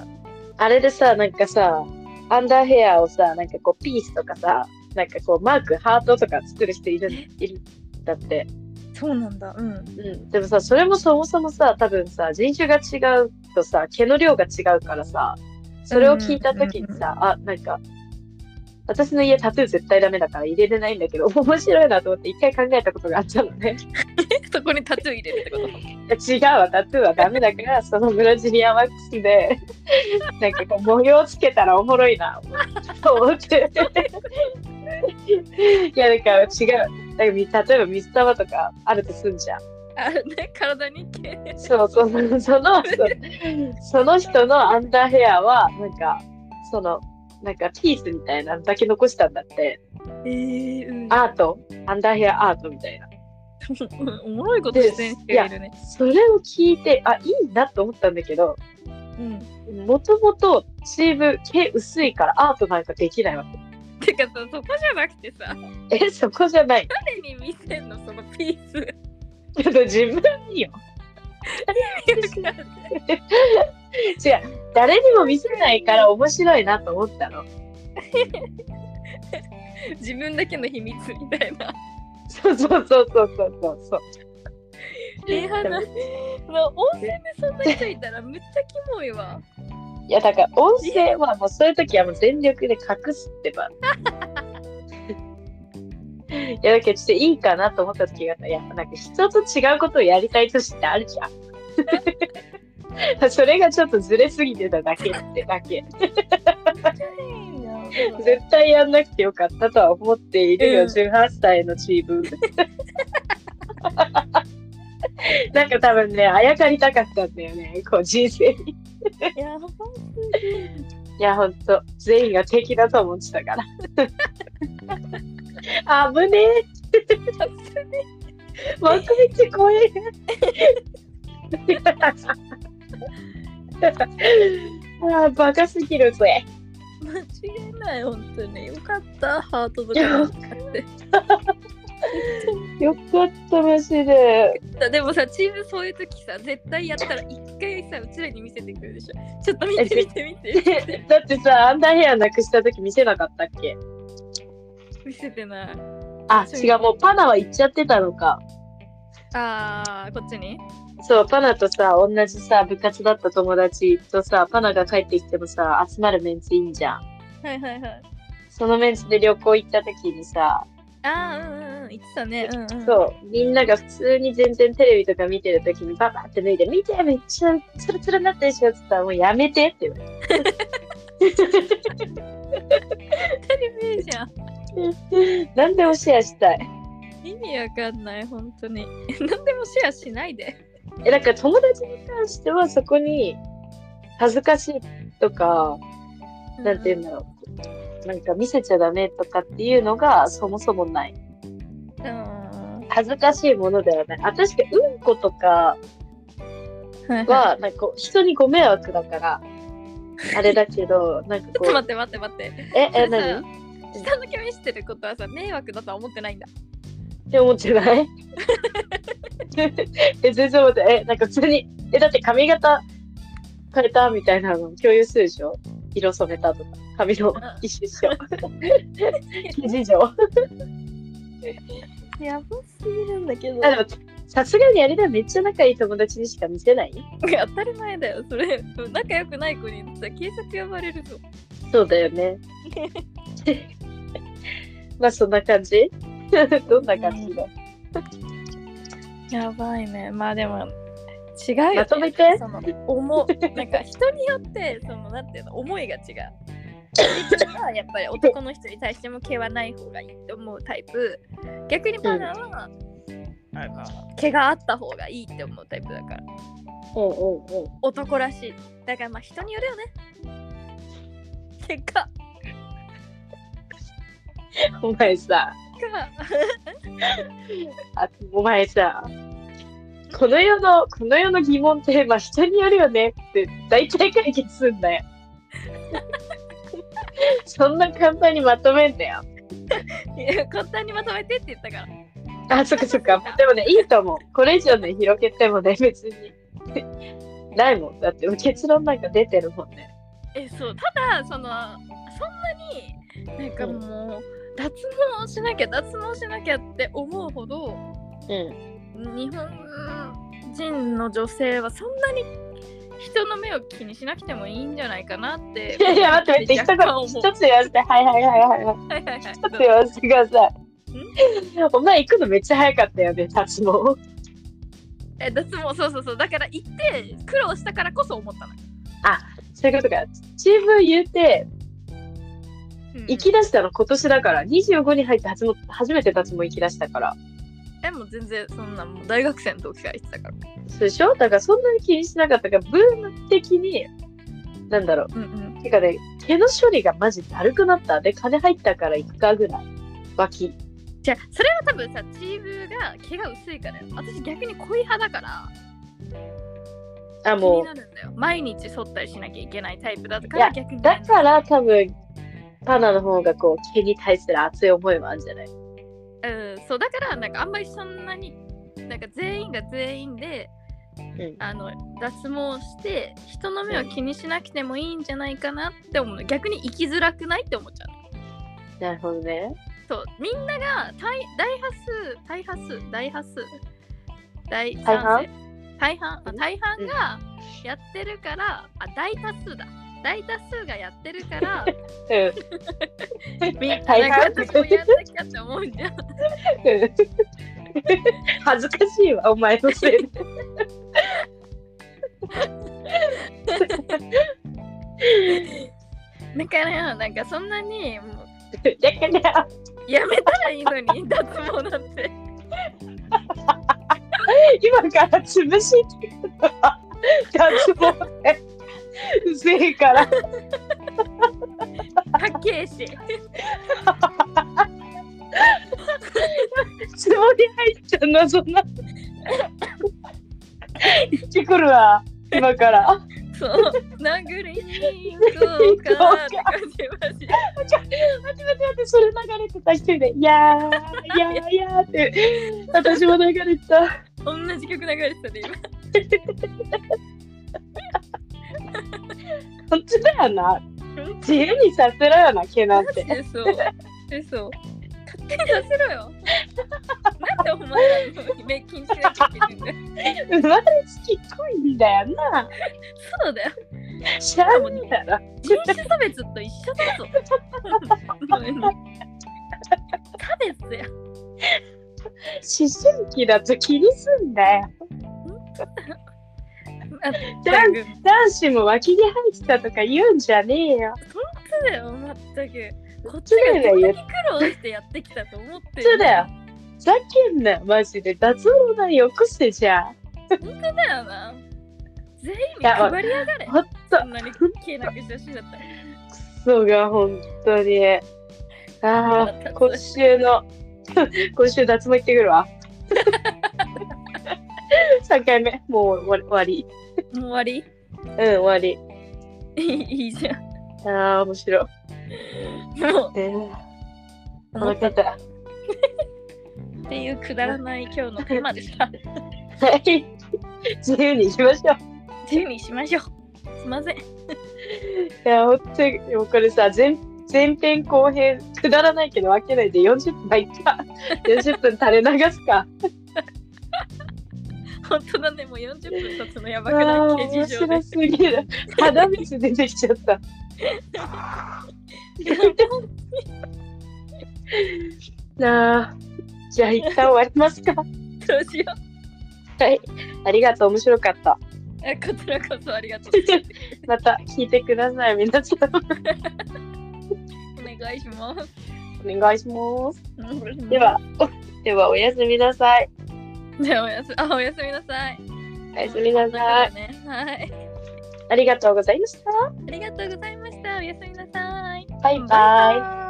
[SPEAKER 1] あれでさ、なんかさ、アンダーヘアをさ、なんかこう、ピースとかさ、なんかこうマークハートとか作る人いるんいるんだって、
[SPEAKER 2] そうなんだ。うん。
[SPEAKER 1] うん、でもさそれもそもそもさ多分さ人種が違うとさ毛の量が違うからさそれを聞いた時にさ、あなんか私の家タトゥー絶対ダメだから入れれないんだけど面白いなと思って一回考えたことがあったのね *laughs*
[SPEAKER 2] そこにタトゥー入れるってこと。
[SPEAKER 1] 違うわタトゥーはダメだ *laughs* からそのブラジリアンワックスでなんかこう模様つけたらおもろいなと思って *laughs* いやだから違うだから例えば水玉とかあるとすんじゃん
[SPEAKER 2] あれね、体に毛。
[SPEAKER 1] そうそうそうそのそその人のアンダーヘアはなんかそのなんかピースみたいなのだけ残したんだって
[SPEAKER 2] えー、うん。
[SPEAKER 1] アートアンダーヘアアートみたいな
[SPEAKER 2] おもろいことしてる人いるね。
[SPEAKER 1] それを聞いてあいいなと思ったんだけど
[SPEAKER 2] うん。
[SPEAKER 1] もともとチーム毛薄いからアートなんかできないわ
[SPEAKER 2] てかさ、そこじゃなくてさ、
[SPEAKER 1] けえそこじゃない
[SPEAKER 2] 誰に見せんのそのピース。
[SPEAKER 1] けど自分によ違う誰にも見せないから面白いなと思ったの
[SPEAKER 2] 自分だけの秘密みたいな。
[SPEAKER 1] そうそうそうそうそうそうそう
[SPEAKER 2] ええ話。もう温泉でそんな人いたらむっちゃキモいわ。
[SPEAKER 1] いやだから音声はもうそういう時はもう全力で隠すって
[SPEAKER 2] *laughs*
[SPEAKER 1] ば。いやだけどちょっといいかなと思った時があったやっぱなんか人と違うことをやりたい年ってあるじゃん。 *laughs* それがちょっとずれすぎてただけってだけ絶対やんなくてよかったとは思っているよ、
[SPEAKER 2] うん
[SPEAKER 1] 18歳のチーム *laughs* なんか多分ねあやかりたかったんだよねこう人生に
[SPEAKER 2] やば
[SPEAKER 1] いや、ほんと、全員が敵だと思ってたから。危ねえ、
[SPEAKER 2] すぎる
[SPEAKER 1] 幕道怖え。 *laughs* ああ、バカすぎるぜ。
[SPEAKER 2] 間違いない、本当に。よかった、ハートとかって。
[SPEAKER 1] よかった、マジで。
[SPEAKER 2] だでもさ、チームそういう時さ、絶対やったら一回さ、うちらに見せてくるでしょ。ちょっと見て見て見て。
[SPEAKER 1] だってさ、アンダーヘアなくした時見せなかったっけ
[SPEAKER 2] 見せてない。
[SPEAKER 1] あ、違う、もうパナは行っちゃってたのか。
[SPEAKER 2] あー、こっちに
[SPEAKER 1] そう、パナとさ、同じさ、部活だった友達とさ、パナが帰ってきてもさ、集まるメンツいいんじゃん。
[SPEAKER 2] はいはいはい。
[SPEAKER 1] そのメンツで旅行行った時にさ、
[SPEAKER 2] あー、うんうんうん。言ってたね。うんうん。
[SPEAKER 1] そう、みんなが普通に全然テレビとか見てる時にババって脱いで、見て、めっちゃツルツルになってるでしょって言ったら、もうやめてって言われ
[SPEAKER 2] テレビじゃん。
[SPEAKER 1] て。何でもシェアしたい。
[SPEAKER 2] 意味わかんない、本当に。何でもシェアしないで。
[SPEAKER 1] え、だから友達に関してはそこに恥ずかしいとか、なんて言うんだろう。なんか見せちゃダメとかっていうのがそもそもない。
[SPEAKER 2] うんうん
[SPEAKER 1] 恥ずかしいものではない。あ、確かうんことか
[SPEAKER 2] *laughs* はいはい
[SPEAKER 1] は、なんかこう人にご迷惑だから、あれだけど、なんか
[SPEAKER 2] *laughs* ちょっ
[SPEAKER 1] ことう
[SPEAKER 2] 待、って待って待って。
[SPEAKER 1] え、え、
[SPEAKER 2] それ
[SPEAKER 1] 何
[SPEAKER 2] さ下の毛見してることはさ、迷惑だとは思ってないんだ。
[SPEAKER 1] って思ってない *laughs* え全然思ってないえなんか普通にえだって髪型変えたみたいなの共有するでしょ色染めたとか髪の一種しよう事情あ
[SPEAKER 2] やばすぎるんだけど
[SPEAKER 1] でもさすがにあれだよめっちゃ仲いい友達にしか見せない
[SPEAKER 2] 当たり前だよ、それ。仲良くない子にさ、警察呼ばれるぞ。
[SPEAKER 1] そうだよねまあそんな感じ *laughs* どんな感じだ
[SPEAKER 2] やばいね。まあでも、違うよ、ね。
[SPEAKER 1] まとめて
[SPEAKER 2] その思うなんか人によってそのなんていうの思いが違 *laughs* う。リキはやっぱり男の人に対しても毛はない方がいいと思うタイプ。逆にパナは、あの毛があった方がいいって思うタイプだから。
[SPEAKER 1] うんうんうん
[SPEAKER 2] 男らしい。だからまあ人によるよね。結果
[SPEAKER 1] お前さ
[SPEAKER 2] が
[SPEAKER 1] あお前さこの世のこの世の疑問ってまあ人によるよねって大体解決すんだよ *laughs* そんな簡単にまとめんだよ
[SPEAKER 2] いや簡単にまとめてって言ったから。
[SPEAKER 1] あそっかそっ *laughs* かでもねいいと思うこれ以上ね広げてもね別に *laughs* ないもんだって結論なんか出てるもんね
[SPEAKER 2] えそうただそのそんなになんかもう、脱毛しなきゃ脱毛しなきゃって思うほど
[SPEAKER 1] うん。
[SPEAKER 2] 日本人の女性はそんなに人の目を気にしなくてもいいんじゃないかなって
[SPEAKER 1] いやいや、待って待って、
[SPEAKER 2] 若干思う
[SPEAKER 1] 一つ、一つ言わせて、はいはいはいはいはい。
[SPEAKER 2] はいはいはい
[SPEAKER 1] 一つ言わせてください。お前行くのめっちゃ早かったよね、脱毛。
[SPEAKER 2] え脱毛そうそうそうだから行って苦労したからこそ思ったの、
[SPEAKER 1] そういうことか。チーム言うて、
[SPEAKER 2] うん
[SPEAKER 1] 行き出したの今年だから、25に入って初の初めて脱毛行き出したから。
[SPEAKER 2] えもう全然そんなもう大学生の時から行ってたから
[SPEAKER 1] そうでしょだからそんなに気にしなかったから、ブーム的に、なんだろ
[SPEAKER 2] うんうん
[SPEAKER 1] う。てかね、毛の処理がマジだるくなった。で、金入ったから行くかぐらい。脇。
[SPEAKER 2] じゃあそれは多分さチームが毛が薄いからよ私逆に濃い派だから
[SPEAKER 1] あ、も
[SPEAKER 2] 気になるんだよ毎日剃ったりしなきゃいけないタイプだか
[SPEAKER 1] いや
[SPEAKER 2] ら逆
[SPEAKER 1] う。
[SPEAKER 2] に
[SPEAKER 1] だから多分、パナの方がこう、毛に対する熱い思いもあるんじゃない
[SPEAKER 2] うん、そうだからなんかあんまりそんなになんか全員が全員で、
[SPEAKER 1] ん
[SPEAKER 2] あの脱毛して人の目を気にしなくてもいいんじゃないかなって思うの逆に生きづらくないって思っちゃう
[SPEAKER 1] なるほどね。
[SPEAKER 2] そうみんなが大大多数大多数大多数大
[SPEAKER 1] 大半
[SPEAKER 2] 大半あ
[SPEAKER 1] うん
[SPEAKER 2] 大半がやってるから、あ大多数だ大多数がやってるか
[SPEAKER 1] *laughs*
[SPEAKER 2] ら
[SPEAKER 1] うん。
[SPEAKER 2] みんな
[SPEAKER 1] 大
[SPEAKER 2] な
[SPEAKER 1] 半
[SPEAKER 2] んか私もやんなきゃって思うんじゃん
[SPEAKER 1] *laughs* 恥ずかしいわ、お前のせいで。
[SPEAKER 2] だからなんかそんなにもう *laughs*
[SPEAKER 1] だから、
[SPEAKER 2] やめたらいいのに脱毛なんて
[SPEAKER 1] 今から潰しに行くのは脱毛で。うぜえから。
[SPEAKER 2] かっけえし
[SPEAKER 1] つぼに入っちゃう謎な。行ってくるわ、今から。あ
[SPEAKER 2] そう殴りに行こうかって感じま
[SPEAKER 1] 待って待って待って、それ流れてた一人で、いやー、いやー、いやーって、私も流れてた。
[SPEAKER 2] し同じ曲流れてたね今
[SPEAKER 1] 本当だよな。自由にさせろよな、毛なんて。
[SPEAKER 2] えそうえそう勝手にさせろよなんでお前らの目気にしなきゃいけないんだよ
[SPEAKER 1] 生まれつき濃いんだよな。
[SPEAKER 2] そうだよ
[SPEAKER 1] しゃあないだろ。
[SPEAKER 2] 人種差別と一緒だぞもう差別だよ
[SPEAKER 1] 思春期だと気にすんだ *laughs* よ。
[SPEAKER 2] あ
[SPEAKER 1] 男男子も脇に入ってたとか言うんじゃねえよ。
[SPEAKER 2] そうだよ全くこっち
[SPEAKER 1] そうだ
[SPEAKER 2] がどんな
[SPEAKER 1] よ
[SPEAKER 2] に苦労してやってきたと思ってる
[SPEAKER 1] そうだよ。ふざけんなよ、マジで。脱毛なよこせじゃん。
[SPEAKER 2] そうだよな全員に配りやがれ
[SPEAKER 1] ほんと、
[SPEAKER 2] そんなに消えなくしてほしいんだったら
[SPEAKER 1] クソが本当に。ああ、 *laughs* 今週の、今週脱毛行ってくるわ。3回目、もう終わり終わり。
[SPEAKER 2] も
[SPEAKER 1] うん、
[SPEAKER 2] う終わり
[SPEAKER 1] 終わり。
[SPEAKER 2] いいいいじゃん
[SPEAKER 1] ああ、面白い。
[SPEAKER 2] も
[SPEAKER 1] ね
[SPEAKER 2] う
[SPEAKER 1] えお
[SPEAKER 2] 思
[SPEAKER 1] 腹
[SPEAKER 2] っ
[SPEAKER 1] 痛
[SPEAKER 2] たっ
[SPEAKER 1] い。は
[SPEAKER 2] ていうくだらない今日のテーマでした
[SPEAKER 1] い。自由にしましょう。
[SPEAKER 2] 自由にしましょう。すいません。
[SPEAKER 1] いや、本当に、もうこれさ、前前編後編、くだらないけど分けないで40分はい *laughs* っか。40分垂れ流すか。
[SPEAKER 2] 本当だね、もう40分経つのやばく
[SPEAKER 1] あ
[SPEAKER 2] な
[SPEAKER 1] あ
[SPEAKER 2] い
[SPEAKER 1] 面
[SPEAKER 2] 刑事上で
[SPEAKER 1] 白。すぎる。肌水出てきちゃ *laughs* った。なあ、じゃあ一旦終わりますか。
[SPEAKER 2] どうしよ
[SPEAKER 1] はい。ありがとう、面白かった。
[SPEAKER 2] う。えこちらこそありがとう。
[SPEAKER 1] また聞いてください、皆さん。
[SPEAKER 2] お願いします。
[SPEAKER 1] お願いします。で
[SPEAKER 2] で、
[SPEAKER 1] は、おではおやすみなさい。
[SPEAKER 2] ではおやすあおやすみなさい。
[SPEAKER 1] おやすみなさい。
[SPEAKER 2] ね。はい。
[SPEAKER 1] ありがとうございました。
[SPEAKER 2] ありがとうございました。おやすみなさい。
[SPEAKER 1] バイバイ。
[SPEAKER 2] イ。